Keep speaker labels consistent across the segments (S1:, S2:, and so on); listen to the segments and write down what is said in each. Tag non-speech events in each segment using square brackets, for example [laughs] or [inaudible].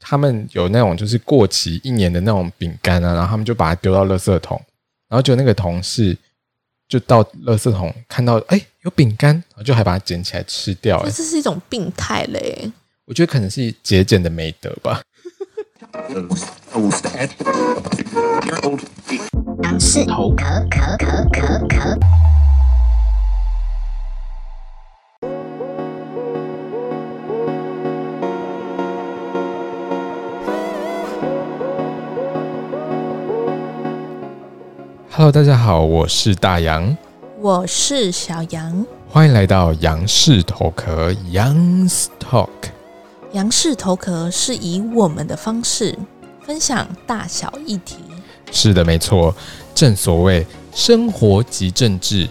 S1: 他们有那种就是过期一年的那种饼干啊，然后他们就把它丢到垃圾桶，然后就那个同事就到垃圾桶看到，哎、有饼干，然后就还把它捡起来吃掉、
S2: 那
S1: 哎，
S2: 这是一种病态嘞。
S1: 我觉得可能是节俭的美德吧。Hello，大家好，我是大杨，
S2: 我是小杨，
S1: 欢迎来到杨氏头壳 Young's Talk。
S2: 杨氏头壳是以我们的方式分享大小议题。
S1: 是的，没错，正所谓生活即政治，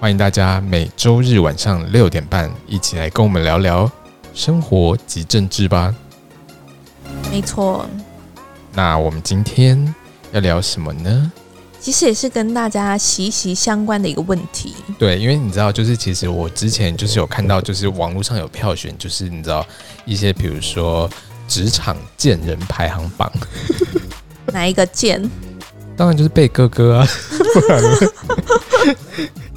S1: 欢迎大家每周日晚上六点半一起来跟我们聊聊生活及政治吧。
S2: 没错，
S1: 那我们今天要聊什么呢？
S2: 其实也是跟大家息息相关的一个问题。
S1: 对，因为你知道，就是其实我之前就是有看到，就是网络上有票选，就是你知道一些，比如说职场贱人排行榜，
S2: 哪一个贱？
S1: 当然就是被哥哥啊， [laughs] 不然呢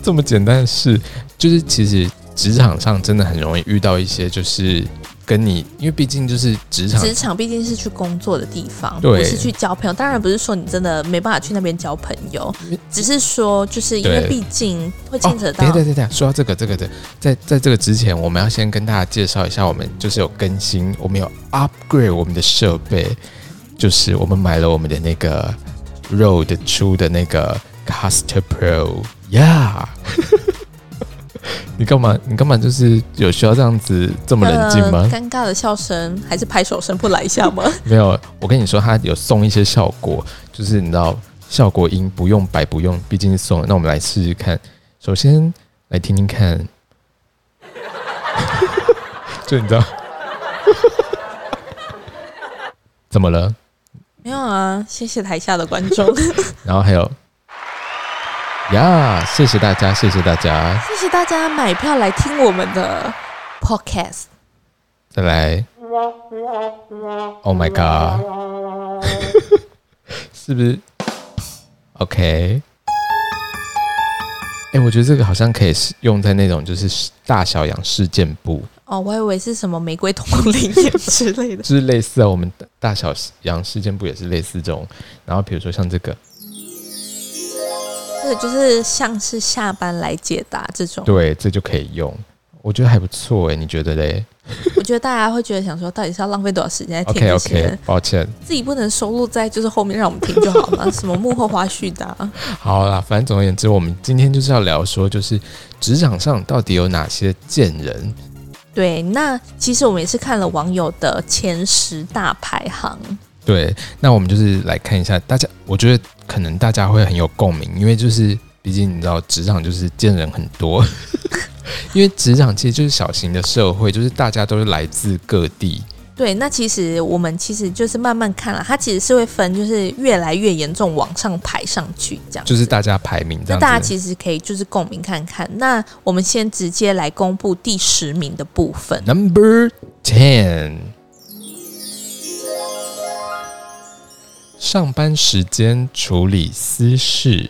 S1: 这么简单的事，就是其实职场上真的很容易遇到一些，就是跟你，因为毕竟就是职场
S2: 职场毕竟是去工作的地方，不
S1: 对
S2: 是去交朋友。当然不是说你真的没办法去那边交朋友，
S1: 嗯
S2: 只是说就是因为
S1: 对
S2: 毕竟会
S1: 哦
S2: 牵扯，到
S1: 等一下等一下等一下，说到这个这个的，在在这个之前，我们要先跟大家介绍一下，我们就是有更新，我们有 upgrade 我们的设备，就是我们买了我们的那个 Rode 出的那个 Caster Pro，yeah。你干嘛？你干嘛？就是有需要这样子这么冷静吗？
S2: 呃尴尬的笑声还是拍手声不来
S1: [laughs]
S2: 一下吗？
S1: 没有，我跟你说，它有送一些效果，就是你知道效果音不用白不用，毕竟是送的。那我们来试试看，首先来听听看， [laughs] 就你知道， [laughs] 怎么了？
S2: 没有啊，谢谢台下的观众，
S1: 然后还有呀谢谢大家，谢谢大家，
S2: 谢谢大家买票来听我们的 podcast。
S1: 再来，Oh my god，是不是？OK，哎、我觉得这个好像可以是用在那种就是大小羊事件簿，。
S2: 哦，我还以为是什么玫瑰同林宴之类的 [laughs]
S1: 就是类似啊，我们大大小羊事件簿也是类似这种。然后比如说像这个，
S2: 这个就是像是下班来解答这种，
S1: 对，这就可以用，我觉得还不错哎、你觉得嘞
S2: 我觉得大家会觉得想说，到底是要浪费多少时间在听
S1: ？OK
S2: 这些
S1: OK，抱歉，
S2: 自己不能收录在就是后面让我们听就好
S1: [laughs]
S2: 了，什么幕后花絮的啊、
S1: 好啦，反正总而言之，我们今天就是要聊说，就是职场上到底有哪些贱人。
S2: 对，那其实我们也是看了网友的前十大排行，
S1: 对，那我们就是来看一下大家，我觉得可能大家会很有共鸣，因为就是毕竟你知道，职场就是见人很多，因为职场其实就是小型的社会，就是大家都是来自各地。
S2: 对，那其实我们其实就是慢慢看了，它其实是会分，就是越来越严重往上排上去这样子。
S1: 就是大家排名这
S2: 那
S1: 样
S2: 大家
S1: 子。
S2: 其实可以就是共鸣看看。那我们先直接来公布第十名的部分。 [laughs]
S1: Number ten，上班时间处理私事，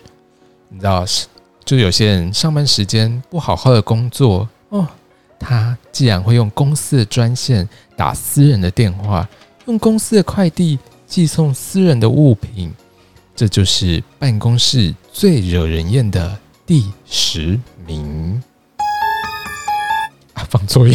S1: 你知道是就有些人上班时间不好好的工作哦，他既然会用公司的专线打私人的电话，用公司的快递寄送私人的物品，这就是办公室最惹人厌的第十名。啊，放错音。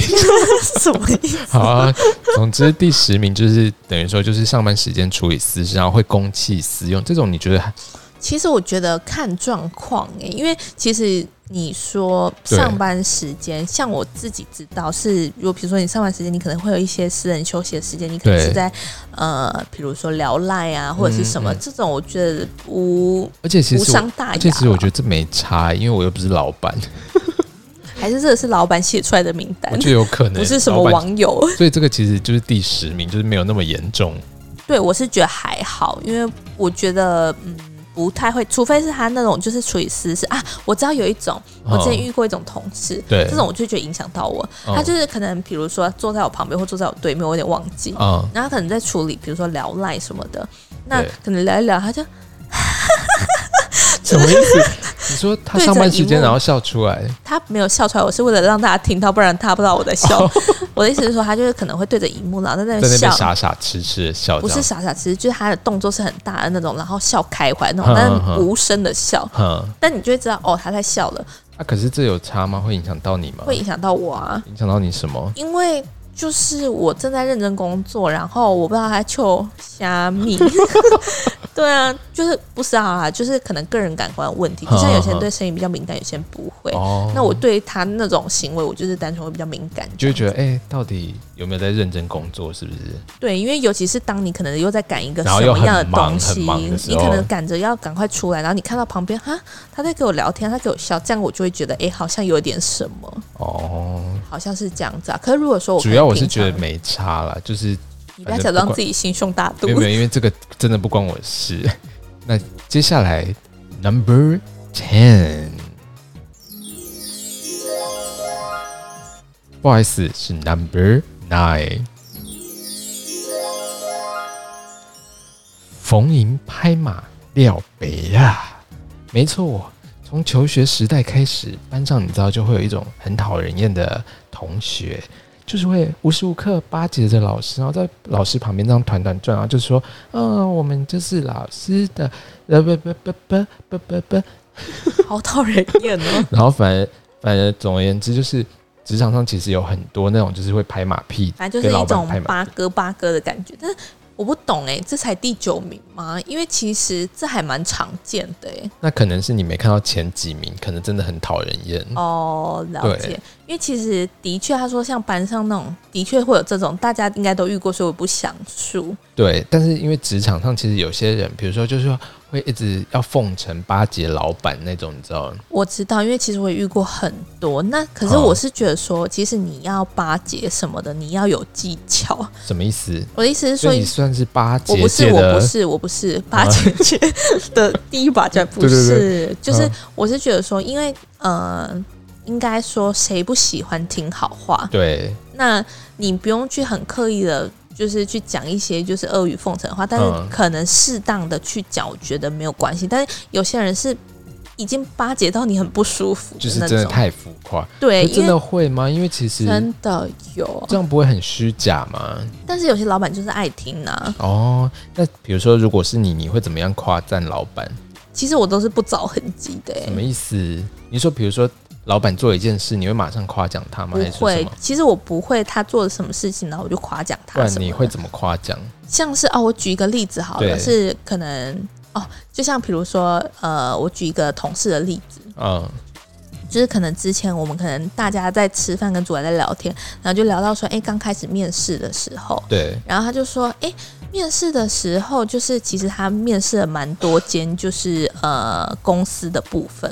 S2: 什么意思？
S1: 好啊，总之第十名就是等于说就是上班时间处理私事，然后会公器私用这种，你觉得还
S2: 其实我觉得看状况诶，因为其实你说
S1: 对
S2: 上班时间，像我自己知道是，如果比如说你上班时间，你可能会有一些私人休息的时间，你可能
S1: 对
S2: 是在呃，比如说聊赖啊，或者是什么、
S1: 嗯嗯
S2: 这种，我觉得无
S1: 而且其
S2: 无
S1: 实我
S2: 伤大雅
S1: 而
S2: 啦。
S1: 且其实我觉得这没差，欸因为我又不是老板，
S2: 还是这个是老板写出来的名单
S1: 我，觉得有可能
S2: [laughs] 不是什么
S1: 老板，
S2: 网友。
S1: 所以这个其实就是第十名，就是没有那么严重。
S2: 对我是觉得还好，因为我觉得嗯，不太会，除非是他那种就是处理私事啊。我知道有一种，我之前遇过一种同事，
S1: 哦对
S2: 这种我就觉得影响到我。
S1: 哦
S2: 他就是可能比如说坐在我旁边或坐在我对面，我有点忘记。
S1: 嗯，
S2: 然后他可能在处理，比如说聊赖什么的，那
S1: 对
S2: 可能聊一聊，他就
S1: 什么意思？你说他上班时
S2: 对着
S1: 间
S2: 荧幕
S1: 然后笑出来，
S2: 他没有笑出来，我是为了让大家听到，不然他不知道我在笑。 [laughs] 我的意思是说，他就是可能会对着荧幕，然后在那
S1: 哦在那
S2: 边
S1: 边
S2: 呃笑，
S1: 傻傻痴痴的笑，
S2: 不
S1: 这
S2: 是
S1: 样，
S2: 傻傻，其实就是他的动作是很大的那种，然后笑开怀那
S1: 嗯
S2: 种，但
S1: 嗯嗯
S2: 是无声的笑。
S1: 哼，
S2: 但你就会知道，哦，他在笑了，
S1: 啊，可是这有差吗？会影响到你吗？
S2: 会影响到我啊，
S1: 影响到你什么？
S2: 因为就是我正在认真工作，然后我不知道他求
S1: [laughs]
S2: 虾米。对啊，就是不知道啊，就是可能个人感官的问题，就像有些人对声音比较敏感，有些人不会。
S1: 哦，
S2: 那我对他那种行为，我就是单纯会比较敏感，
S1: 就会觉得，哎、到底有没有在认真工作？是不是？
S2: 对，因为尤其是当你可能又在赶一个
S1: 然后
S2: 什
S1: 又
S2: 么样的
S1: 很忙
S2: 东西
S1: 很忙的，时
S2: 你
S1: 候
S2: 可能赶着要赶快出来，然后你看到旁边哈，他在给我聊天，他给我笑，这样我就会觉得哎、诶好像有点什么，
S1: 哦，
S2: 好像是这样子啊。可是如果说我
S1: 主要我是
S2: 平常
S1: 觉得没差啦，就是
S2: 你不要假装自己心胸大度
S1: 没有，没有，因为这个真的不关我的事。 [laughs] 那接下来 number ten，不好意思，是 number nine。逢迎拍马廖北啊，没错，从求学时代开始，班上你知道就会有一种很讨人厌的同学，就是会无时无刻巴结着老师，然后在老师旁边这样团团转，然后就说：“嗯、我们就是老师的，呃，不不不不不不不。。”
S2: [laughs] 好讨人厌 [laughs] 哦
S1: 然后反而反而总而言之，就是职场上其实有很多那种就是会拍马屁，
S2: 反正就
S1: 跟
S2: 是
S1: 老
S2: 一
S1: 板
S2: 种
S1: 拍马
S2: 八哥八哥的感觉，但是我不懂哎、这才第九名吗？因为其实这还蛮常见的哎、
S1: 那可能是你没看到前几名，可能真的很讨人厌。
S2: 哦，了
S1: 对
S2: 解。因为其实的确，他说像班上那种，的确会有这种，大家应该都遇过，所以我不详述。
S1: 对，但是因为职场上其实有些人，比如说就是说会一直要奉承巴结老板那种，你知道吗？
S2: 我知道，因为其实我也遇过很多。那可是
S1: 哦
S2: 我是觉得说，其实你要巴结什么的，你要有技巧。
S1: 什么意思？
S2: 我的意思是说
S1: 所以，你算是巴
S2: 我
S1: 结
S2: 不是，
S1: 界
S2: 我
S1: 的啊
S2: 不是，我不是巴结界
S1: [laughs]
S2: 的第一把交椅，不
S1: 对对
S2: 是。
S1: 对
S2: 就是
S1: 嗯
S2: 我是觉得说，因为呃，应该说谁不喜欢听好话？
S1: 对，
S2: 那你不用去很刻意的，就是去讲一些就是阿谀奉承的话，但
S1: 嗯
S2: 是可能适当的去讲，我觉得没有关系。但是有些人是已经巴结到你很不舒服
S1: 就是
S2: 那
S1: 真的
S2: 种，
S1: 太浮夸。
S2: 对，
S1: 可是真
S2: 因为
S1: 的会吗？因为其实
S2: 真的有，
S1: 这样不会很虚假吗？
S2: 但是有些老板就是爱听啊呐、
S1: 哦，那比如说，如果是你，你会怎么样夸赞老板？
S2: 其实我都是不着痕迹的、欸
S1: 什么意思？你说，比如说老板做一件事，你会马上夸奖他吗？
S2: 不
S1: 还是说什
S2: 会
S1: 么？，
S2: 其实我不会他做了什么事情，然后我就夸奖
S1: 不
S2: 他
S1: 然
S2: 什么的。
S1: 你会怎么夸奖？
S2: 像是哦，我举一个例子好了，
S1: 对
S2: 是可能哦，就像比如说呃，我举一个同事的例子，
S1: 嗯，
S2: 就是可能之前我们可能大家在吃饭跟主管在聊天，然后就聊到说，哎、刚开始面试的时候，
S1: 对，
S2: 然后他就说，哎、面试的时候就是其实他面试了蛮多间，就是呃公司的部分，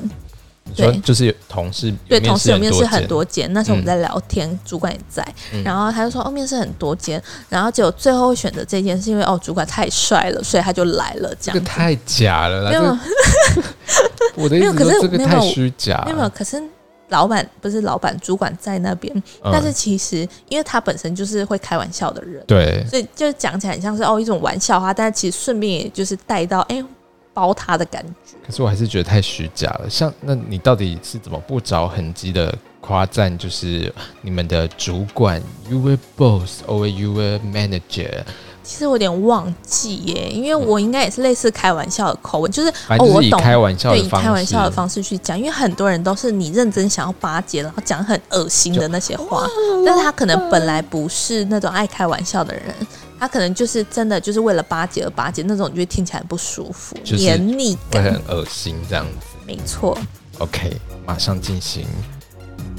S1: 你说
S2: 对
S1: 就是有同事
S2: 对，同事有面试
S1: 间
S2: 很，多间，那时候我们在聊天，主管也在，
S1: 嗯
S2: 然后他就说，哦，面试很多间，然后结果最后会选择这间是因为哦主管太帅了，所以他就来了这
S1: 这个
S2: 样。
S1: 太假了啦！
S2: 没有
S1: 这个 [laughs] 我的意思
S2: 没有可
S1: 说
S2: 是
S1: 这个
S2: 没有
S1: 太
S2: 没有
S1: 虚假，
S2: 没有，可是老板不是老板，主管在那边，
S1: 嗯
S2: 但是其实，因为他本身就是会开玩笑的人，
S1: 对，
S2: 所以就讲起来很像是哦一种玩笑话，但是其实顺便也就是带到哎、包他的感觉。
S1: 可是我还是觉得太虚假了。像那你到底是怎么不着痕迹的夸赞，就是你们的主管，your boss or your manager，
S2: 其实我有点忘记耶，因为我应该也是类似开玩笑的口吻，就是
S1: 嗯反
S2: 哦
S1: 正就
S2: 我
S1: 是以
S2: 懂
S1: 开玩笑
S2: 对
S1: 的
S2: 以
S1: 方式，
S2: 开玩笑的方式去讲，因为很多人都是你认真想要巴结，然后讲很恶心的那些话，但是他可能本来不是那种爱开玩笑的人，他可能就是真的就是为了巴结而巴结，那种你就会听起来很不舒服，
S1: 就是
S2: 黏腻
S1: 会
S2: 感，
S1: 很恶心这样子。
S2: 没错。
S1: OK，马上进行，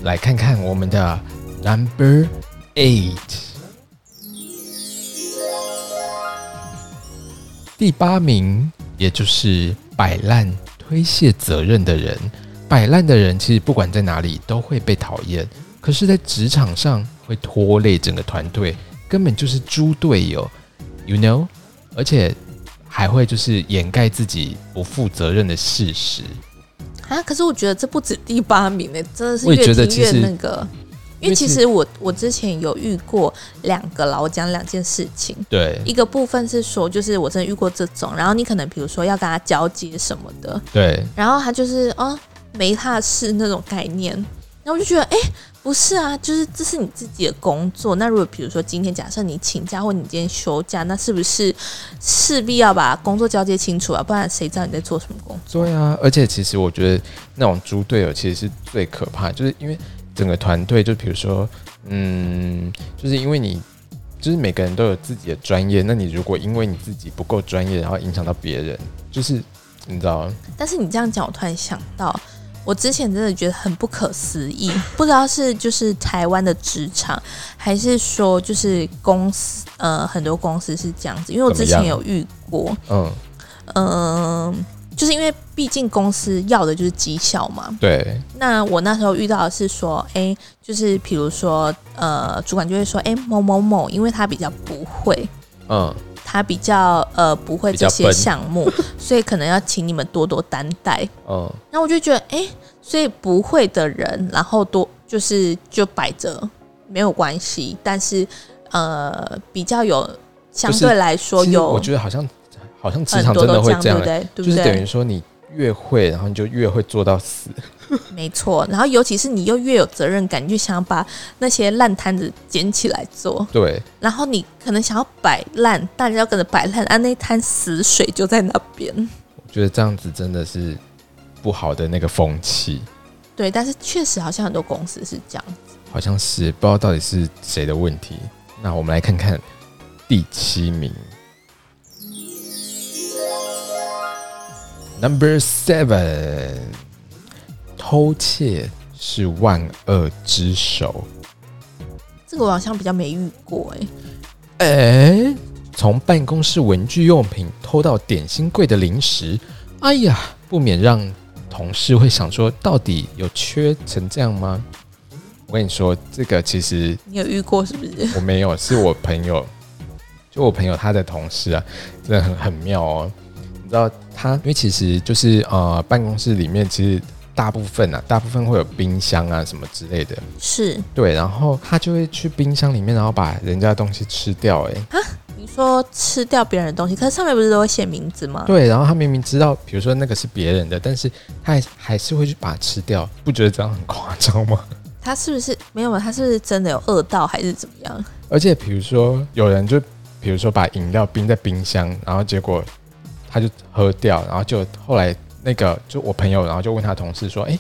S1: 来看看我们的 number eight，第八名，也就是摆烂、推卸责任的人。摆烂的人其实不管在哪里都会被讨厌，可是，在职场上会拖累整个团队，根本就是猪队友，you know？而且还会就是掩盖自己不负责任的事实。
S2: 啊，可是我觉得这不止第八名呢、真的是
S1: 我也觉得
S2: 越
S1: 其
S2: 听
S1: 实
S2: 越那个。因为其
S1: 因为其
S2: 实我我之前有遇过两个啦，我讲两件事情。
S1: 对
S2: 一个部分是说，就是我真的遇过这种，然后你可能比如说要跟他交接什么的，
S1: 对，
S2: 然后他就是哦没他的事那种概念，然后我就觉得哎、不是啊，就是这是你自己的工作。那如果比如说今天假设你请假或你今天休假，那是不是势必要把工作交接清楚啊？不然谁知道你在做什么工作？
S1: 对啊，而且其实我觉得那种猪队友其实是最可怕，就是因为整个团队，就比如说，嗯，就是因为你，就是每个人都有自己的专业，那你如果因为你自己不够专业，然后影响到别人，就是你知道，
S2: 但是你这样讲，我突然想到，我之前真的觉得很不可思议， [laughs] 不知道是就是台湾的职场，还是说就是公司，呃，很多公司是这样子，因为我之
S1: 怎么
S2: 前
S1: 样
S2: 有遇过，
S1: 嗯，
S2: 嗯、就是因为毕竟公司要的就是绩效嘛。
S1: 对，
S2: 那我那时候遇到的是说，哎、就是比如说，呃，主管就会说，哎、某某某，因为他比较不会，
S1: 嗯，
S2: 他比较呃不会
S1: 比
S2: 这
S1: 较
S2: 些
S1: 笨
S2: 项目，所以可能要请你们多多担待。
S1: 嗯，
S2: 然后我就觉得，哎、所以不会的人，然后多就是就摆着没有关系，但是呃，比较有相
S1: 就是
S2: 对来说
S1: 其实
S2: 有
S1: 我觉得好像好像职
S2: 很
S1: 场
S2: 多
S1: 真的
S2: 都
S1: 会
S2: 样，
S1: 这
S2: 对
S1: 样欸
S2: 不，对？对
S1: 就
S2: 不
S1: 是等于
S2: 对？
S1: 说你越会，然后你就越会做到死，
S2: 没错。然后尤其是你又越有责任感，你就想要把那些烂摊子捡起来做，
S1: 对，
S2: 然后你可能想要摆烂，大家要跟着摆烂，啊，那一滩死水就在那边。
S1: 我觉得这样子真的是不好的那个风气。
S2: 对，但是确实好像很多公司是这样。
S1: 好像是不知道到底是谁的问题。那我们来看看第七名，Number Seven，偷窃是万恶之首。
S2: 这个我好像比较没遇过、哎，
S1: 哎、从办公室文具用品偷到点心柜的零食，哎呀，不免让同事会想说，到底有缺成这样吗？我跟你说，这个其实
S2: 你有遇过是不是？
S1: 我没有，是我朋友，就我朋友他的同事啊，真的很很妙哦。你知道他，因为其实就是呃，办公室里面其实大部分啊，大部分会有冰箱啊什么之类的，
S2: 是。
S1: 对，然后他就会去冰箱里面，然后把人家的东西吃掉、欸，
S2: 你说吃掉别人的东西，可是上面不是都会写名字吗？
S1: 对，然后他明明知道，比如说那个是别人的，但是他还还是会去把它吃掉，不觉得这样很夸张吗？
S2: 他是不是没有？他是不是真的有饿到还是怎么样？
S1: 而且比如说有人就，比如说把饮料冰在冰箱，然后结果他就喝掉，然后就后来那个就我朋友，然后就问他同事说：“哎、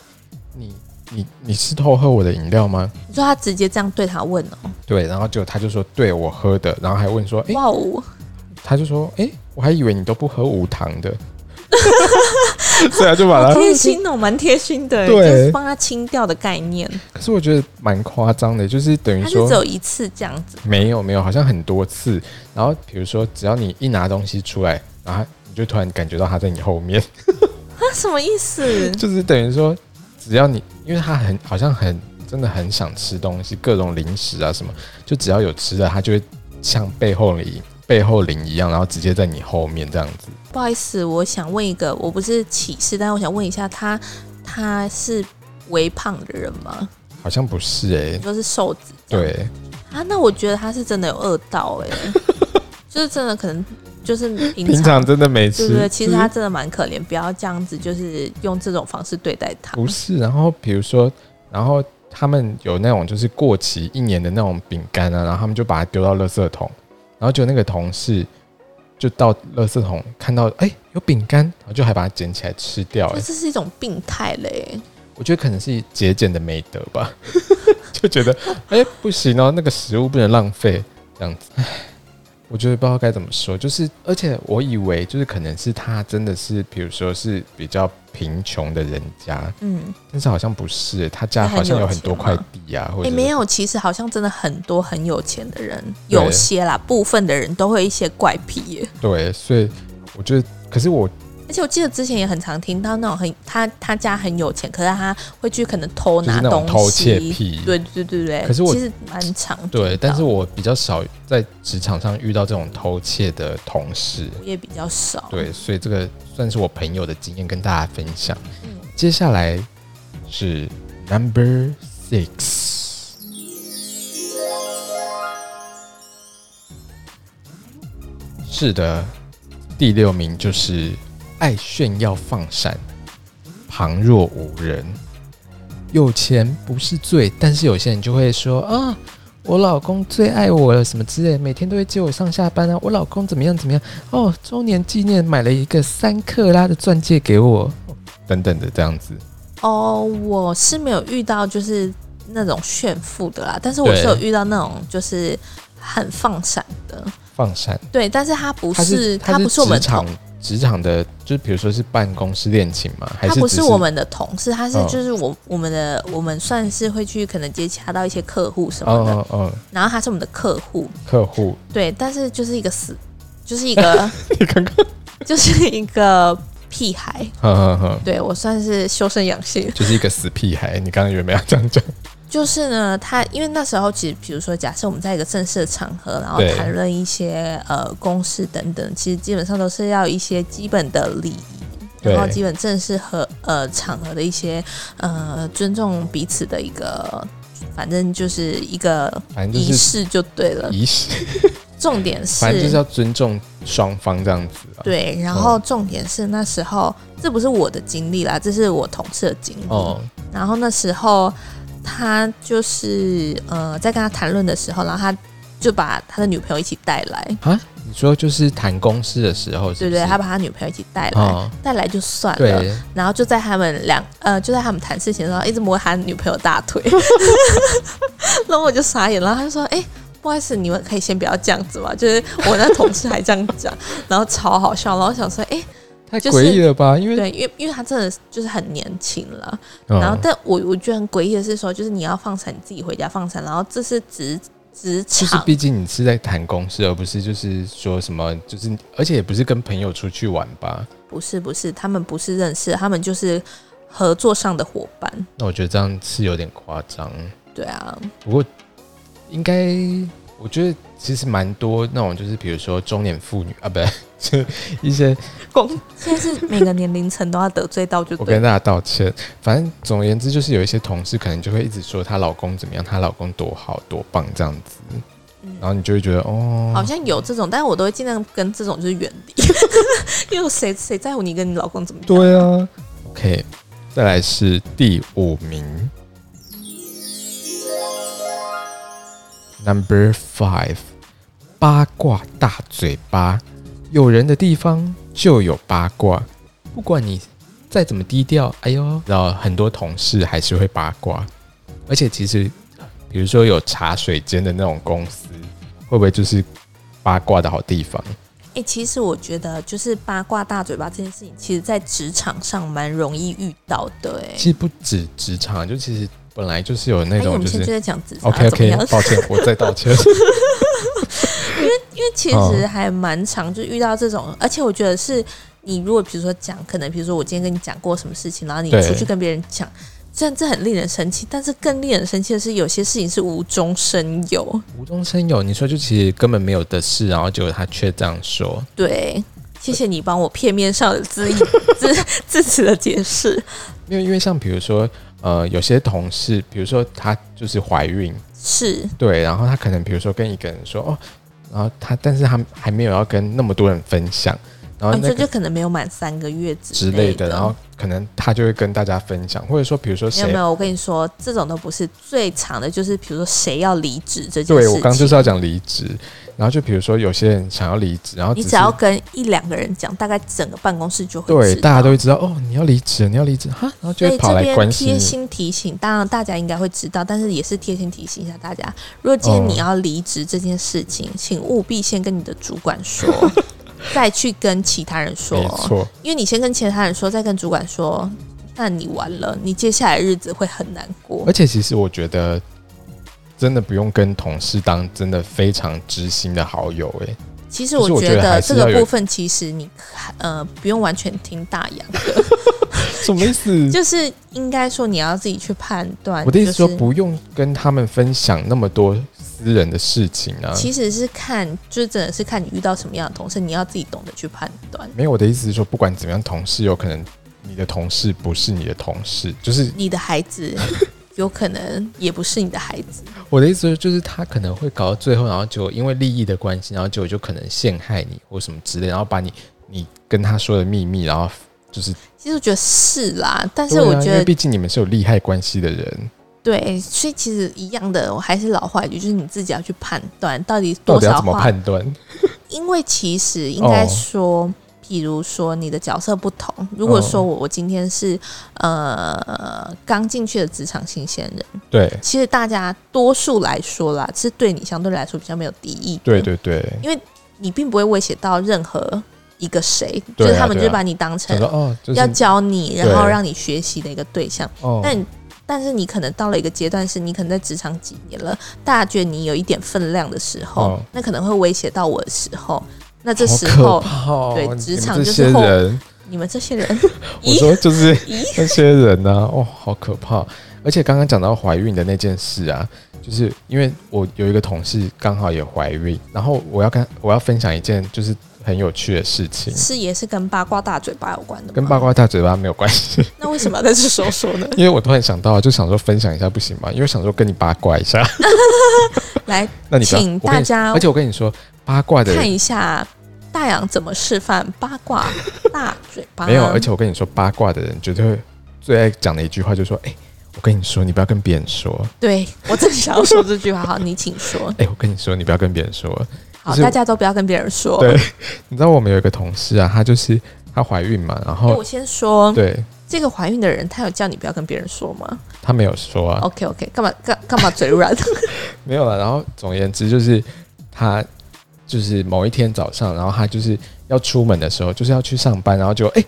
S1: 你你你是偷喝我的饮料吗
S2: 你说他直接这样对他问哦、？”
S1: 对，然后结果他就说：“对我喝的。”然后还问说：“哎、
S2: 哇哦，
S1: 他就说：哎、我还以为你都不喝无糖的。”所以他就把它
S2: 好贴心哦，蛮贴心的，就
S1: 啊对
S2: 是帮他清掉的概念。
S1: 可是我觉得蛮夸张的，就是等于
S2: 他
S1: 说
S2: 是只有一次这样子，
S1: 没有没有，好像很多次。然后比如说，只要你一拿东西出来，然后你就突然感觉到他在你后面，
S2: 那什么意思？
S1: 就是等于说，只要你，因为他很好像很真的很想吃东西，各种零食啊什么，就只要有吃的，他就会像背后里背后灵一样，然后直接在你后面这样子。
S2: 不好意思，我想问一个，我不是歧视，但我想问一下他，他是微胖的人吗？
S1: 好像不是诶、
S2: 你说是瘦子？
S1: 对，
S2: 啊，那我觉得他是真的有饿到哎、
S1: [laughs]
S2: 就是真的可能就是
S1: 平常真的没
S2: 对
S1: 吃。嗯
S2: 对对，其实
S1: 就是
S2: 他真的蛮可怜，不要这样子，就是用这种方式对待他。
S1: 不是，然后比如说，然后他们有那种就是过期一年的那种饼干啊，然后他们就把它丢到垃圾桶，然后就那个同事就到垃圾桶看到，哎、有饼干，然后就还把它捡起来吃掉、
S2: 就
S1: 哎，
S2: 这是一种病态嘞，
S1: 我觉得可能是节俭的美德吧， [laughs] 就觉得哎、不行哦，那个食物不能浪费这样子。唉我觉得不知道该怎么说，就是而且我以为就是可能是他真的是，比如说是比较贫穷的人家，
S2: 嗯，
S1: 但是好像不是，他家好像有很多块地啊，或
S2: 哎、
S1: 者
S2: 没有，其实好像真的很多很有钱的人，
S1: 对
S2: 有些啦，部分的人都会一些怪癖耶，
S1: 对，所以我觉得，可是我
S2: 而且我记得之前也很常听到那种很他他家很有钱，可是他会去可能偷
S1: 就
S2: 拿
S1: 是那种
S2: 东西，
S1: 偷窃癖
S2: 对对对对。
S1: 可是我
S2: 其实蛮常听
S1: 对，
S2: 到
S1: 但是我比较少在职场上遇到这种偷窃的同事，
S2: 我也比较少。
S1: 对，所以这个算是我朋友的经验跟大家分享。
S2: 嗯
S1: 接下来是 Number Six，是的，第六名就是爱炫耀放闪，旁若无人。有钱不是罪，但是有些人就会说啊，我老公最爱我了，什么之类的，每天都会接我上下班啊，我老公怎么样怎么样，哦，周年纪念买了一个三克拉的钻戒给我，等等的这样子。
S2: 哦，我是没有遇到就是那种炫富的啦，但是我是有遇到那种就是很放闪的，
S1: 放闪，
S2: 对，但是他不
S1: 他
S2: 是
S1: 他
S2: 不是我们
S1: 职
S2: 同
S1: 场职场的，就是比如说是办公室恋情嘛，还
S2: 他
S1: 是
S2: 不
S1: 只
S2: 是我们的同事，他是
S1: 哦
S2: 就是我、我们的我们算是会去可能接洽到一些客户什么的，
S1: 哦哦哦
S2: 然后他是我们的客户，
S1: 客户，
S2: 对，但是就是一个死，就是一个
S1: [laughs] 你刚刚
S2: 就是一个屁孩，
S1: 呵呵呵，
S2: 对我算是修身养性。
S1: [laughs] 就是一个死屁孩。你刚刚有没有这样讲？
S2: 就是呢，他因为那时候其实，比如说，假设我们在一个正式的场合，然后
S1: 对
S2: 谈论一些呃公事等等，其实基本上都是要一些基本的礼仪，
S1: 对
S2: [laughs] 然后基本正式和呃场合的一些呃尊重彼此的一个，反正就是一个
S1: 反正就
S2: 仪
S1: 是
S2: 式就对了。
S1: 仪式，
S2: 重点是，
S1: 反正就是要尊重双方这样子啊。
S2: 对，然后重点是那时候这不是我的经历啦，这是我同事的经历。
S1: 哦，
S2: 然后那时候他就是呃，在跟他谈论的时候，然后他就把他的女朋友一起带来，
S1: 你说就是谈公事的时候是
S2: 对
S1: 不
S2: 不
S1: 是，
S2: 对？他把他女朋友一起带来，
S1: 哦，
S2: 带来就算了。
S1: 对，
S2: 然后就在他们两呃，就在他们谈事情的时候，一直摸他女朋友大
S1: [laughs]
S2: 腿，然后我就傻眼，然后他就说：“哎、不好意思，你们可以先不要这样子嘛。”就是我那同事还这样讲，然后超好笑，然后我想说：“哎、
S1: 太
S2: 就是
S1: 诡异了吧？因为
S2: 对，因为因为他真的就是很年轻了。”
S1: 嗯
S2: 然后，但我我觉得很诡异的是说，就是你要放闪，你自己回家放闪，然后这是职职
S1: 就是
S2: 场，
S1: 毕竟你是在谈公事，而不是就是说什么，就是而且也不是跟朋友出去玩吧？
S2: 不是不是，他们不是认识，他们就是合作上的伙伴。
S1: 那我觉得这样是有点夸张。
S2: 对啊，
S1: 不过应该，我觉得其实蛮多那种，就是比如说中年妇女啊， [laughs] 不是，就是一些
S2: 现在是每个年龄层都要得罪到，就
S1: [laughs] 我
S2: 对
S1: 跟
S2: 了。
S1: 大家道歉。反正总而言之，就是有一些同事可能就会一直说她老公怎么样，她老公多好多棒这样子，然后你就会觉得哦，
S2: 好像有这种，但是我都会尽量跟这种就是远离， [laughs] 因为谁谁在乎你跟你老公怎么样？
S1: 对啊。OK，再来是第五名，Number Five，八卦大嘴巴，有人的地方就有八卦，不管你再怎么低调，哎呦，然后很多同事还是会八卦，而且其实，比如说有茶水间的那种公司，会不会就是八卦的好地方？
S2: 哎、其实我觉得就是八卦大嘴巴这件事情，其实在职场上蛮容易遇到的、哎，
S1: 其实不止职场，就其实本来就是有那
S2: 哎我
S1: 种
S2: 们
S1: 就
S2: 现在
S1: 是。
S2: 在讲职场啊
S1: OK
S2: 怎么
S1: OK，
S2: 样？
S1: 抱歉， [laughs] 我再道歉。
S2: 因为其实
S1: 哦
S2: 还蛮常就遇到这种，而且我觉得是你如果比如说讲，可能比如说我今天跟你讲过什么事情，然后你
S1: 对
S2: 出去跟别人讲，虽然这很令人生气，但是更令人生气的是有些事情是无中生有。
S1: 无中生有，你说就其实根本没有的事，然后结果他却这样说，
S2: 对，谢谢你帮我片面上的
S1: [laughs]
S2: 字字字词的解释，
S1: 因为因为像比如说，呃，有些同事，比如说她就是怀孕，
S2: 是
S1: 对，然后她可能比如说跟一个人说哦，然后她但是她还没有要跟那么多人分享，然后
S2: 啊你
S1: 哦那
S2: 说
S1: 个
S2: 就可能没有满三个月之
S1: 之类
S2: 的，
S1: 的，然后可能她就会跟大家分享，或者说比如说
S2: 没有没
S1: 谁，
S2: 有，我跟你说，这种都不是最长的，就是比如说谁要离职这件事
S1: 对
S2: 情。
S1: 我刚就是要讲离职，然后就比如说有些人想要离职，然后
S2: 你
S1: 是
S2: 只要跟一两个人讲，大概整个办公室就会
S1: 对
S2: 知道
S1: 大家都会知道哦，你要离职，你要离职哈，然后就
S2: 所
S1: 会
S2: 以
S1: 跑
S2: 这
S1: 来
S2: 边
S1: 关心
S2: 贴
S1: 你。
S2: 心提醒，当然大家应该会知道，但是也是贴心提醒一下大家，如果今天
S1: 哦
S2: 你要离职这件事情，请务必先跟你的主管
S1: [laughs]
S2: 说，再去跟其他人
S1: 没
S2: 说，
S1: 错，
S2: 因为你先跟其他人说，再跟主管说，那你完了，你接下来日子会很难过
S1: 而。且其实我觉得，真的不用跟同事当真的非常知心的好友、欸，
S2: 其实
S1: 可是
S2: 我
S1: 我
S2: 觉
S1: 觉得
S2: 得
S1: 还是
S2: 这
S1: 要有
S2: 个部分，其实你呃不用完全听大洋的，
S1: 什么意思？
S2: 就是应该说你要自己去判断。
S1: 嗯 [laughs] 我的意思说，
S2: 就是
S1: 不用跟他们分享那么多私人的事情啊。
S2: 其实是看，就是真的是看你遇到什么样的同事，你要自己懂得去判断。
S1: 没有，我的意思是说，不管怎么样，同事有可能你的同事不是你的同事，就是
S2: 你的孩
S1: [laughs]
S2: 子有可能也不是你的孩子，
S1: 我的意思就是他可能会搞到最后，然后就因为利益的关系，然后就就可能陷害你或什么之类，然后把你你跟他说的秘密，然后就是，
S2: 其实我觉得是啦，但
S1: 对
S2: 是我
S1: 啊因
S2: 觉
S1: 为
S2: 得
S1: 毕竟你们是有利害关系的人，
S2: 对，所以其实一样的，我还是老话一句，就是你自己要去判断到底
S1: 到
S2: 多
S1: 底要
S2: 少
S1: 怎么
S2: 话
S1: 判断？
S2: 因为其实应该
S1: 哦
S2: 说，比如说你的角色不同。如果说
S1: 哦
S2: 我我今天是呃刚进去的职场新鲜人，
S1: 对
S2: 其实大家多数来说啦，是对你相对来说比较没有敌意的。
S1: 对对对，
S2: 你并不会威胁到任何一个谁，
S1: 对啊
S2: 就是他们
S1: 对啊
S2: 就是把你当
S1: 想
S2: 成
S1: 说哦，就是
S2: 要教你，然后
S1: 对
S2: 让你学习的一个对象。
S1: 哦，
S2: 但但是你可能到了一个阶段，是你可能在职场几年了，大家觉得你有一点分量的时候，
S1: 哦
S2: 那可能会威胁到我的时候，那这
S1: 好
S2: 时
S1: 可
S2: 候
S1: 怕哦
S2: 对
S1: 你们
S2: 职场
S1: 这
S2: 就是
S1: 些
S2: 后 [laughs]
S1: 人，
S2: 你们这些
S1: [laughs]
S2: 人，
S1: 我
S2: 咦
S1: 说就是
S2: [laughs] 咦
S1: 那些人呢、哦，好可怕！而且刚刚讲到怀孕的那件事啊，就是因为我有一个同事刚好也怀孕，然后我要跟我要分享一件就是很有趣的事情，
S2: 是也是跟八卦大嘴巴有关的吗，
S1: 跟八。卦大嘴巴没有关系， [laughs]
S2: 那为什么要在这时候说呢？
S1: 因为我突然想到，就想说分享一下不行吗？因为想说跟你八卦一下， [laughs]
S2: 来，
S1: 那你不要
S2: 请
S1: 我跟
S2: 大
S1: 你
S2: 家
S1: 而且我跟你说，八卦的人
S2: 看一下大洋怎么示范八卦大嘴巴。
S1: 没有，而且我跟你说，八卦的人绝对会最爱讲的一句话就是说，哎、我跟你说，你不要跟别人说，
S2: 对我正想要说这句话，好，你请说。
S1: 哎、我跟你说，你不要跟别人说，
S2: 好，
S1: 就是
S2: 大家都不要跟别人说。
S1: 对你知道我们有一个同事啊，她就是她怀孕嘛，然
S2: 哎
S1: 后
S2: 我先说，
S1: 对
S2: 这个怀孕的人，他有叫你不要跟别人说吗
S1: 她没有说
S2: [laughs]
S1: 啊，
S2: ？OK OK，干嘛干干嘛嘴软？ [laughs]
S1: 没有了。然后总而言之，就是她就是某一天早上，然后她就是要出门的时候，就是要去上班，然后就哎、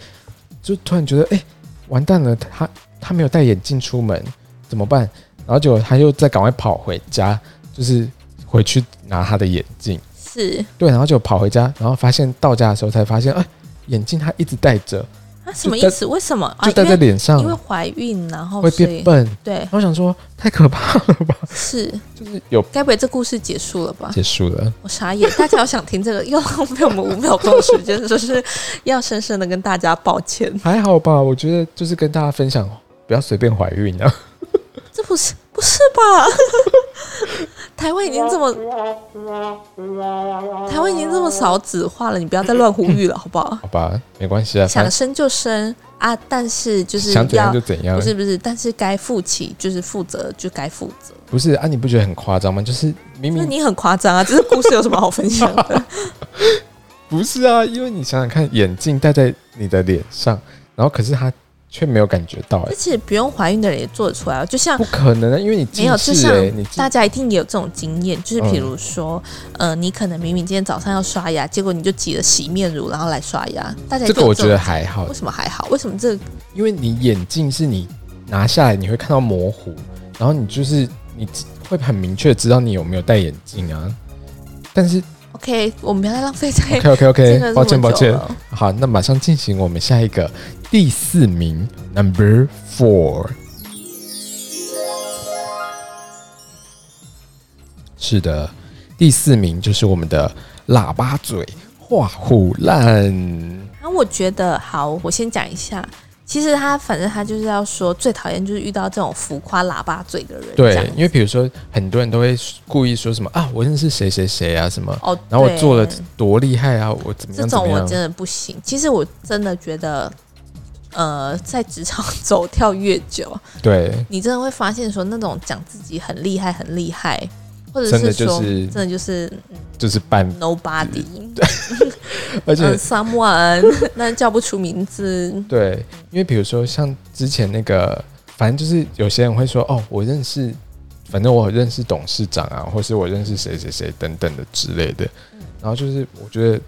S1: 就突然觉得哎、完蛋了，她她没有戴眼镜出门怎么办？然后结果她又再赶快跑回家，就是回去拿她的眼镜。
S2: 是
S1: 对，然后就跑回家，然后发现到家的时候才发现，哎、眼镜她一直戴着，
S2: 啊，什
S1: 就
S2: 么意
S1: 戴
S2: 思？为什么？啊
S1: 就戴在脸上，
S2: 因为因为哦怀孕，然后
S1: 会
S2: 所
S1: 变
S2: 以
S1: 笨。
S2: 对
S1: 然后想说太可怕了吧，
S2: 是，
S1: 就是有
S2: 该不会这故事结束了吧？
S1: 结束了。
S2: 我傻眼，大家有想听这个，又浪费我们五秒钟的时间，就是要深深的跟大家抱歉，
S1: 还好吧，我觉得就是跟大家分享，不要随便怀孕
S2: [laughs]
S1: 啊。
S2: 这不是不是吧？ [laughs] 台湾已经这么，台湾已经这么少子化了，你不要再乱呼吁了，好
S1: [laughs]
S2: 不好？
S1: 好吧，没关系啊，反
S2: 想
S1: 正
S2: 生就生啊，但是就是
S1: 想怎样
S2: 要
S1: 就怎样
S2: 不。是不是，但是该负起就是负责就该负责，
S1: 不是啊，你不觉得很夸张吗？就是明
S2: 那
S1: 明
S2: 你很夸张啊！这个故事有什么好分享
S1: [laughs]
S2: 的？
S1: 不是啊，因为你想想看，眼镜戴在你的脸上，然后可是他却没有感觉到、
S2: 而
S1: 哎，
S2: 且不用怀孕的人也做得出来，就像
S1: 不可能啊，因为你
S2: 没
S1: 近
S2: 有，
S1: 视
S2: 就像
S1: 哎、你近
S2: 大家一定也有这种经验，就是
S1: 嗯
S2: 比如说，呃，你可能明明今天早上要刷牙，结果你就挤了洗面乳然后来刷牙，大家一定
S1: 这个
S2: 有
S1: 我
S2: 种
S1: 觉得还好
S2: 为，什么还好？为什么这
S1: 因为你眼镜是你拿下来你会看到模糊，然后你就是你会很明确知道你有没有戴眼镜啊。但是
S2: OK？我们不要再浪费在
S1: OK OK
S2: [laughs] 这个
S1: OK，抱歉抱歉。
S2: 了。
S1: 好，那马上进行我们下一个第四名，Number Four。是的，第四名就是我们的喇叭嘴画虎烂。
S2: 然后我觉得好，我先讲一下。其实他反正他就是要说，最讨厌就是遇到这种浮夸喇叭嘴的人。这样
S1: 对，因为比如说很多人都会故意说什么啊，我认识谁谁谁啊什么，
S2: 哦，
S1: 然后我
S2: 对
S1: 做了多厉害啊，我怎么
S2: 这
S1: 样怎
S2: 种
S1: 么
S2: 我
S1: 样
S2: 真，的不行。其实我真的觉得，呃，在职场 [laughs] 走跳越久，
S1: 对，
S2: 你真的会发现说，那种讲自己很厉害、很厉害，或者
S1: 真的
S2: 是
S1: 就
S2: 说，
S1: 是嗯
S2: 真的就是
S1: 就是办，
S2: nobody，
S1: 而且、
S2: 嗯，someone，但 [laughs] 叫不出名字。
S1: 对，因为比如说像之前那个，反正就是有些人会说哦，我认识，反正我认识董事长啊，或是我认识谁谁谁等等的之类的，然后就是我觉得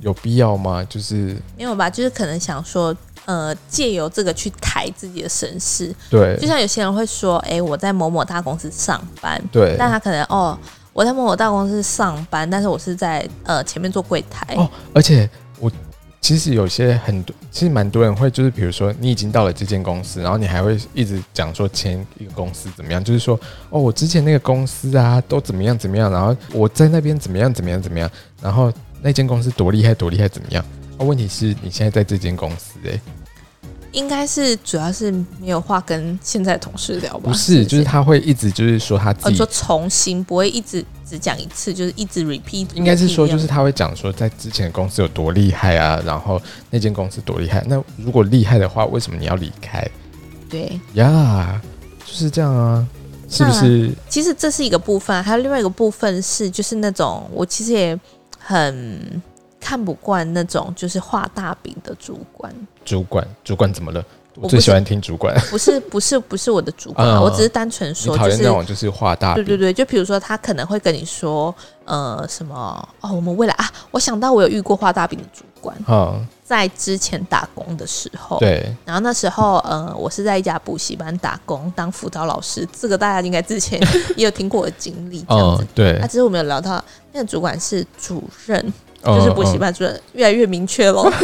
S1: 有必要吗？就是
S2: 没有吧？就是可能想说，呃，借由这个去抬自己的身世。
S1: 对
S2: 就像有些人会说，哎、我在某某大公司上班，
S1: 对
S2: 但他可能哦，我在某某大公司上班，但是我是在呃前面做柜台。
S1: 哦，而且我其实有些很多，其实蛮多人会就是，比如说你已经到了这间公司，然后你还会一直讲说前一个公司怎么样，就是说哦，我之前那个公司啊都怎么样怎么样，然后我在那边怎么样怎么样怎么样，然后那间公司多厉害多厉害怎么样。啊、问题是你现在在这间公司、欸，哎，
S2: 应该是主要是没有话跟现在的同事聊吧？
S1: 不是，就是他会一直就是说他
S2: 呃
S1: 自己
S2: 说重新，不会一直只讲一次，就是一直 repeat。
S1: 应该是说，就是他会讲说，在之前的公司有多厉害啊，然后那间公司多厉害。那如果厉害的话，为什么你要离开
S2: 对。
S1: 呀就是这样啊，是不是？
S2: 其实这是一个部分，还有另外一个部分是，就是那种我其实也很看不惯那种就是画大饼的主管，
S1: 主管，主管怎么了？我
S2: 我不
S1: 最
S2: 是
S1: 喜欢听主管，
S2: 不是不是不是我的主管啊，
S1: 嗯
S2: 我只是单纯
S1: 你
S2: 说
S1: 讨
S2: 就
S1: 厌
S2: 是
S1: 那。种就是画大
S2: 对
S1: 饼
S2: 对对，就比如说他可能会跟你说，呃，什么哦，我们未来啊，我想到我有遇过画大饼的主管，
S1: 嗯，
S2: 在之前打工的时候，
S1: 对，
S2: 然后那时候，呃，我是在一家补习班打工当辅导老师，这个大家应该之前 [laughs] 也有听过我的经历，这样子
S1: 嗯，。对
S2: 啊，，只是我们有聊到那个主管是主任，
S1: 嗯
S2: 就是补习
S1: 嗯
S2: 班主任，越来越明确咯。 [laughs]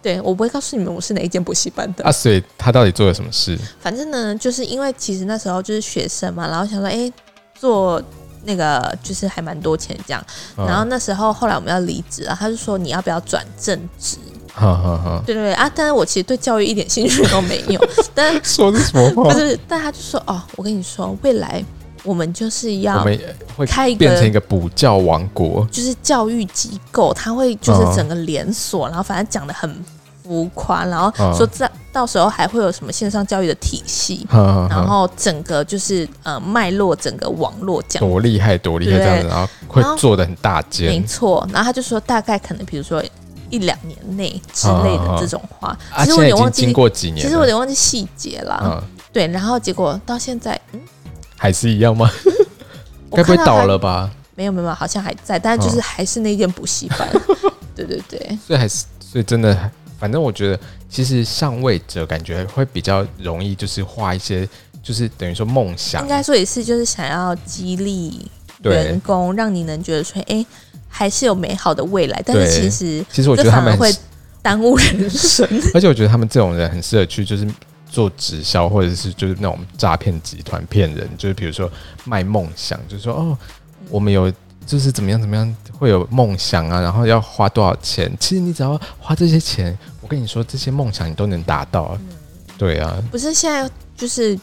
S2: 对，我不会告诉你们我是哪一间补习班的。
S1: 哦啊，所以他到底做了什么事？
S2: 反正呢，就是因为其实那时候就是学生嘛，然后想说，哎、做那个就是还蛮多钱这样。
S1: 嗯
S2: 然后，那时候后来我们要离职啊，他就说你要不要转正职？
S1: 哈哈哈，
S2: 对对对啊！但是我其实对教育一点兴趣都没有， [laughs] 但
S1: 说的什么话
S2: 不？是，但他就说哦，我跟你说，未来我们就是
S1: 我
S2: 要
S1: 们会
S2: 开一个
S1: 变成一个补教王国，
S2: 就是教育机构，它会就是
S1: 嗯
S2: 整个连锁，然后反正讲的很浮夸，然后
S1: 嗯
S2: 说这到时候还会有什么线上教育的体系，
S1: 哈哈
S2: 然
S1: 哈，
S2: 后整个就是呃脉络，整个网络讲。
S1: 多厉害，多厉害
S2: 对
S1: 这样子，然后会
S2: 然后
S1: 做的很大
S2: 没
S1: 间，
S2: 错，然后他就说大概可能比如说一两年内之类
S1: 嗯嗯
S2: 的
S1: 嗯
S2: 这种话，
S1: 啊，
S2: 其
S1: 现
S2: 实我
S1: 在
S2: 有
S1: 已经
S2: 点忘记
S1: 经，过几年
S2: 其
S1: 了，
S2: 实我有点忘记细节啦。
S1: 嗯。
S2: 对，然后结果到现在，嗯，
S1: 还是一样吗？
S2: [laughs] 我
S1: 该不会
S2: 看到
S1: 倒
S2: 他
S1: 了吧？
S2: 没有没有，没有好像还在，但是
S1: 哦
S2: 就是还是那间补习
S1: [laughs]
S2: 班。对对对，
S1: 所以还是所以真的，反正我觉得其实上位者感觉会比较容易，就是画一些就是等于说梦想
S2: 应，该说也是，就是想要激励员
S1: 对。
S2: 工，让你能觉得说，哎、还是有美好的未来。但
S1: 对
S2: 是其实
S1: 其实我觉
S2: 这
S1: 得他
S2: 反
S1: 们
S2: 而
S1: 很
S2: 会耽误人生。 [laughs]
S1: 而且我觉得他们这种人很适合去就是做直销，或者是就是那种诈骗集团骗人，就是比如说卖梦想，就是说哦，我们有就是怎么样怎么样会有梦想啊，然后要花多少钱？其实你只要花这些钱，我跟你说这些梦想你都能达到。
S2: 嗯
S1: 对啊，
S2: 不是现在就是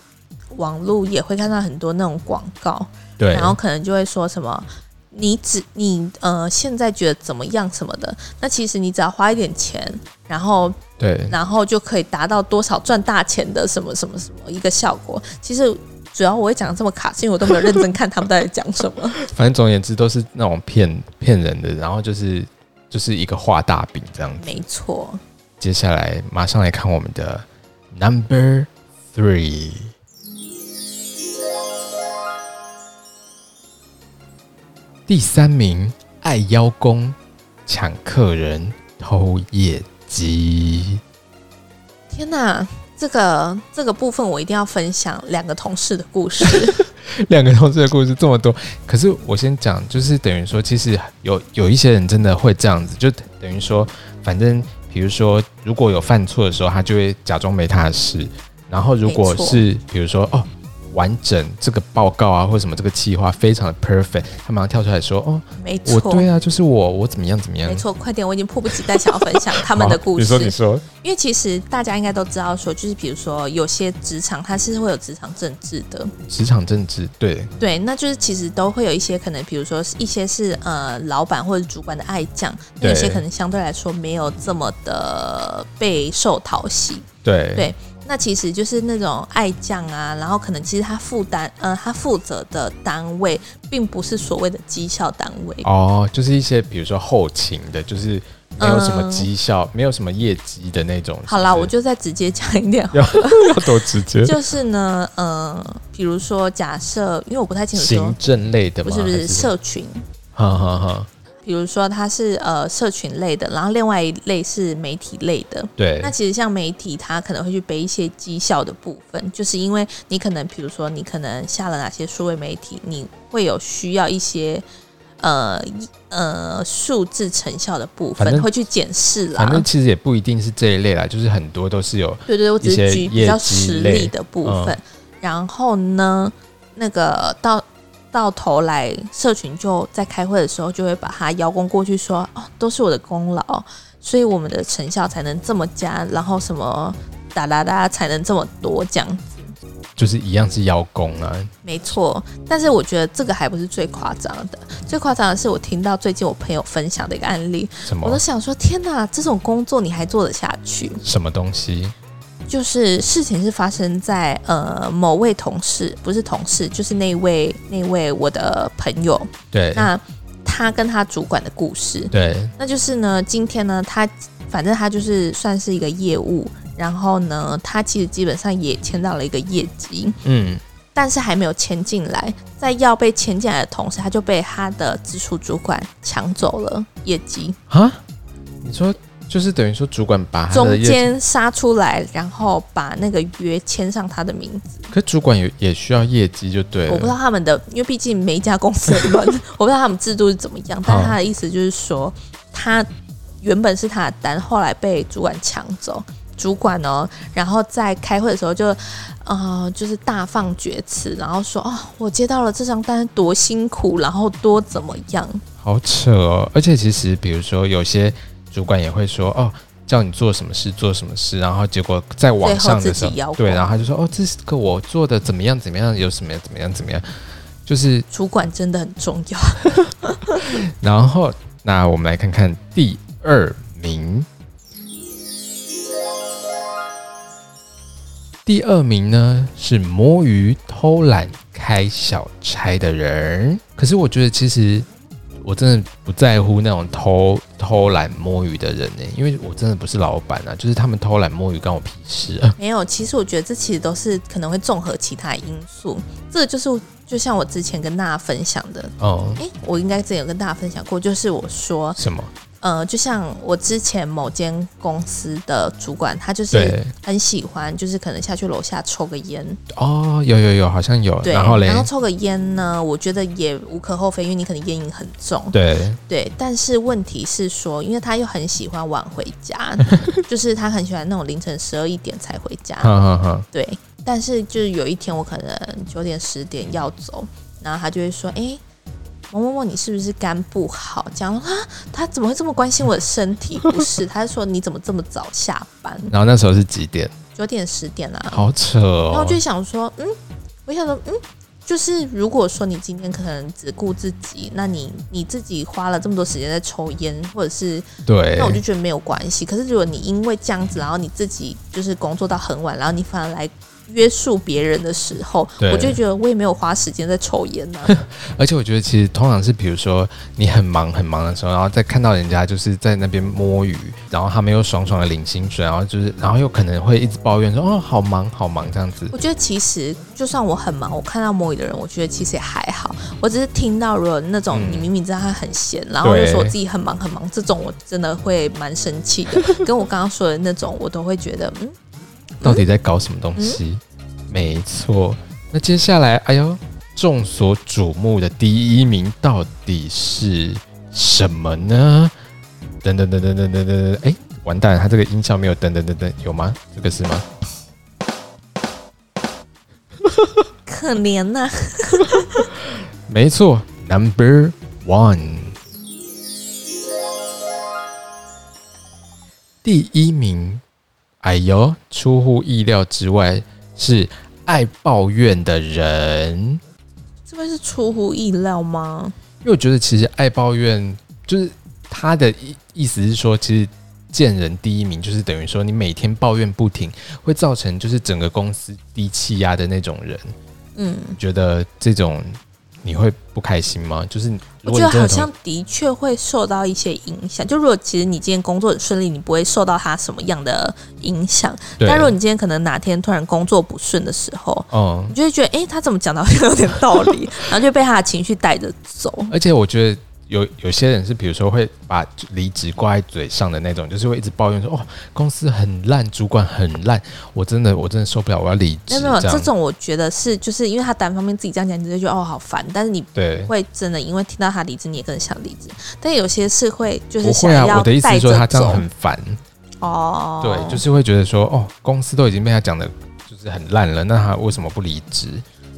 S2: 网络也会看到很多那种广告，
S1: 对，
S2: 然后可能就会说什么。你只你呃，现在觉得怎么样什么的？那其实你只要花一点钱，然后
S1: 对，
S2: 然后就可以达到多少赚大钱的什么什么什么一个效果。其实主要我会讲得这么卡，是因为我都没有认真看他们到底讲什
S1: [laughs]
S2: 么。
S1: 反正总而言之都是那种骗骗人的，然后就是就是一个画大饼这样子。
S2: 没错，
S1: 接下来马上来看我们的 number three。第三名，爱邀功、抢客人、偷业绩。
S2: 天哪，这个这个部分我一定要分享两个同事的故事。
S1: [laughs] 两个同事的故事这么多，可是我先讲，就是等于说，其实有有一些人真的会这样子，就等于说，反正比如说，如果有犯错的时候，他就会假装没他的事。然后如果
S2: 没错
S1: 是比如说哦，完整这个报告啊，或什么这个计划非常的 perfect，他马上跳出来说哦，
S2: 没
S1: 我
S2: 错，
S1: 对啊，就是我，我怎么样怎么样。
S2: 没错，快点，我已经迫不及待想要分享他们的
S1: 好
S2: 故
S1: 你
S2: 事
S1: 说，。你说，
S2: 因为其实大家应该都知道说就是比如说有些职场它是会有职场政治的，
S1: 职场政治对，
S2: 对，那就是其实都会有一些可能，比如说一些是呃老板或者主管的爱将，那有
S1: 对
S2: 些可能相对来说没有这么的备受讨喜。
S1: 对，
S2: 对那其实就是那种爱将啊，然后可能其实他负担呃他负责的单位并不是所谓的绩效单位，
S1: 哦，就是一些比如说后勤的，就是没有什么
S2: 嗯
S1: 绩效、没有什么业绩的那种。
S2: 好啦，
S1: 是不
S2: 我就再直接讲一点好了，
S1: 是要 [laughs] 多直接。
S2: 就是呢，呃，比如说假设，因为我不太清楚
S1: [laughs]
S2: 说
S1: 行政类的吗？
S2: 不是不
S1: 还
S2: 是
S1: 什么，
S2: 社群，
S1: 哈哈哈，
S2: 比如说它是呃社群类的，然后另外一类是媒体类的。
S1: 对
S2: 那其实像媒体，它可能会去背一些绩效的部分，就是因为你可能，比如说你可能下了哪些数位媒体，你会有需要一些呃一呃数字成效的部
S1: 反
S2: 分，
S1: 正
S2: 会去检视
S1: 反
S2: 啦
S1: 正。其实也不一定是这一类啦，就是很多都是有
S2: 对对，我只
S1: 一些
S2: 是举比
S1: 业
S2: 较
S1: 绩
S2: 实
S1: 类嗯
S2: 力的部分。然后呢，那个到到头来，社群就在开会的时候就会把它邀功过去说，哦，都是我的功劳，所以我们的成效才能这么佳，然后什么哒哒哒才能这么多这样子。
S1: 就是一样是邀功啊，
S2: 没错，但是我觉得这个还不是最夸张的，最夸张的是我听到最近我朋友分享的一个案例，
S1: 什
S2: 我都
S1: 么
S2: 想说天哪，这种工作你还做得下去？
S1: 什么东西，
S2: 就是事情是发生在呃某位同事，不是同事，就是那位那位我的朋友，
S1: 对
S2: 那他跟他主管的故事。
S1: 对
S2: 那就是呢，今天呢，他反正他就是算是一个业务，然后呢，他其实基本上也签到了一个业绩，
S1: 嗯
S2: 但是还没有签进来，在要被签进来的同时，他就被他的直属主管抢走了业绩，
S1: 啊，你说就是等于说主管把他的
S2: 中
S1: 业绩，
S2: 间杀出来，然后把那个约签上他的名字。
S1: 可主管也也需要业绩就对了，
S2: 我不知道他们的，因为毕竟每一家公司的人，我不知道他们制度是怎么样。但是他的意思就是说，他原本是他的单，后来被主管抢走。主管哦，然后在开会的时候就，呃，就是大放厥词，然后说哦，我接到了这张单多辛苦，然后多怎么样？
S1: 好扯哦！而且其实，比如说有些主管也会说，哦，叫你做什么事做什么事，然后结果在网上的时
S2: 最后自己邀
S1: 候，
S2: 功
S1: 对，然后他就说，哦，这个我做的怎么样怎么样，有什么样怎么样怎么样，就是
S2: 主管真的很重要。
S1: 然后，那我们来看看第二名。第二名呢是摸鱼、偷懒、开小差的人。可是我觉得，其实我真的不在乎那种偷偷懒摸鱼的人呢、因为我真的不是老板啊，就是他们偷懒摸鱼关我屁事啊。
S2: 没有，其实我觉得这其实都是可能会综合其他因素。这个就是就像我之前跟大家分享的，
S1: [laughs] 哦，
S2: 诶，我应该之前有跟大家分享过，就是我说，
S1: 什么？
S2: 呃，就像我之前某间公司的主管，他就是
S1: 对，
S2: 很喜欢，就是可能下去楼下抽个烟，
S1: 哦，有有有，好像有。
S2: 对，
S1: 然后嘞
S2: 然，后抽个烟呢，我觉得也无可厚非，因为你可能烟瘾很
S1: [laughs]
S2: 重，
S1: 对，
S2: 对。但是问题是说，因为他又很喜欢晚回
S1: [laughs]
S2: 家，就是他很喜欢那种凌晨十二一点才回家，
S1: 哈哈哈，
S2: 对，但是就是有一天我可能九点十点要走，然后他就会说：“哎、某某某，你是不是肝不好？”讲啊，他怎么会这么关心我的身体？不是，他就说你怎么这么早下班？
S1: 然后那时候是几点？
S2: 九点十点啦、
S1: 好扯哦。
S2: 然后我就想说，嗯，我想说，嗯，就是如果说你今天可能只顾自己，那你你自己花了这么多时间在抽烟，或者是
S1: 对，
S2: 那我就觉得没有关系。可是如果你因为这样子，然后你自己就是工作到很晚，然后你反而来约束别人的时候，
S1: 对
S2: 我就觉得我也没有花时间在抽
S1: [laughs]
S2: 烟呢、
S1: 而且我觉得，其实通常是比如说你很忙很忙的时候，然后再看到人家就是在那边摸鱼，然后他们又爽爽的领薪水，然后就是，然后又可能会一直抱怨说哦好忙好忙这样子。
S2: 我觉得其实就算我很忙，我看到摸鱼的人，我觉得其实也还好。我只是听到如果那种
S1: 嗯
S2: 你明明知道他很闲，然后又
S1: 对
S2: 说我自己很忙很忙，这种我真的会蛮生气的。跟我刚刚说的那种，我都会觉得嗯，
S1: 到底在搞什么东西？没错。那接下来，哎呦，众所瞩目的第一名到底是什么呢？等等等等等等等，哎，完蛋了，他这个音效没有等等等等，有吗？这个是吗？
S2: 可怜呐、 [laughs]
S1: 没错，Number One，第一名。哎呦，出乎意料之外，是爱抱怨的人。
S2: 这边是出乎意料吗？
S1: 因为我觉得其实爱抱怨就是他的意意思是说，其实见人第一名就是等于说你每天抱怨不停，会造成就是整个公司低气压的那种人。
S2: 嗯，
S1: 你觉得这种你会不开心吗？就是如
S2: 我
S1: 果
S2: 觉
S1: 你
S2: 得
S1: 真的
S2: 好
S1: 从
S2: 像的确会受到一些影响。就如果其实你今天工作很顺利，你不会受到它什么样的影响。
S1: 对
S2: 但如果你今天可能哪天突然工作不顺的时候，
S1: 嗯 [laughs]
S2: 你，就会觉得，哎、他怎么讲的好像有点道理，然后就被他的情绪带着走。
S1: 而且我觉得有有些人是，比如说会把离职挂在嘴上的那种，就是会一直抱怨说：“哦，公司很烂，主管很烂，我真的我真的受不了，我要离
S2: 没
S1: 职。”
S2: 有没有，这
S1: 样
S2: 种我觉得是就是因为他单方面自己这样讲，你就觉得哦好烦，但是你
S1: 对
S2: 不会真的因为听到他离职，你也更想离职。但有些是会就是
S1: 不
S2: 想
S1: 会啊，
S2: 要
S1: 我的意思
S2: 带
S1: 是说
S2: 着
S1: 他这
S2: 走
S1: 样很烦，
S2: 哦，
S1: 对，就是会觉得说：“哦，公司都已经被他讲的，就是很烂了，那他为什么不离职？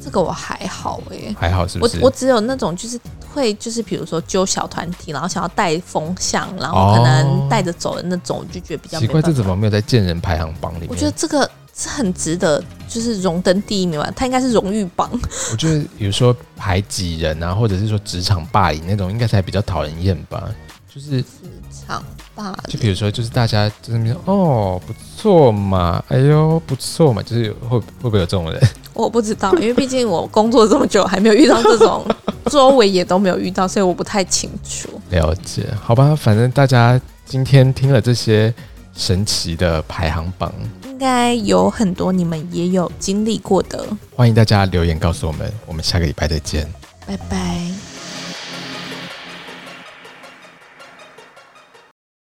S2: 这个我还好哎、
S1: 还好是不
S2: 我
S1: 是？”
S2: 我只有那种就是会就是比如说揪小团体，然后想要带风向，然后可能带着走的那种，我就觉得比较
S1: 哦奇
S2: 没
S1: 怪，
S2: 办
S1: 这
S2: 法
S1: 怎么没有在见人排行榜里面？
S2: 我觉得这个是很值得，就是荣登第一名吧，他应该是荣誉 [laughs] 榜。
S1: 我觉得有时候排挤人啊，或者是说职场霸凌那种，应该才比较讨人厌吧。就是，
S2: 长霸凌
S1: 就比如说，就是大家在那边说哦，不错嘛，哎呦，不错嘛，就是会会不会有这种人？
S2: 我不知道，因为毕竟我工作这么久，还没有遇到这
S1: [laughs]
S2: 种，周围也都没有遇到，所以我不太清楚。
S1: [laughs] 了解，好吧，反正大家今天听了这些神奇的排行榜，
S2: 应该有很多你们也有经历过的。
S1: 欢迎大家留言告诉我们，我们下个礼拜再见。
S2: 拜拜。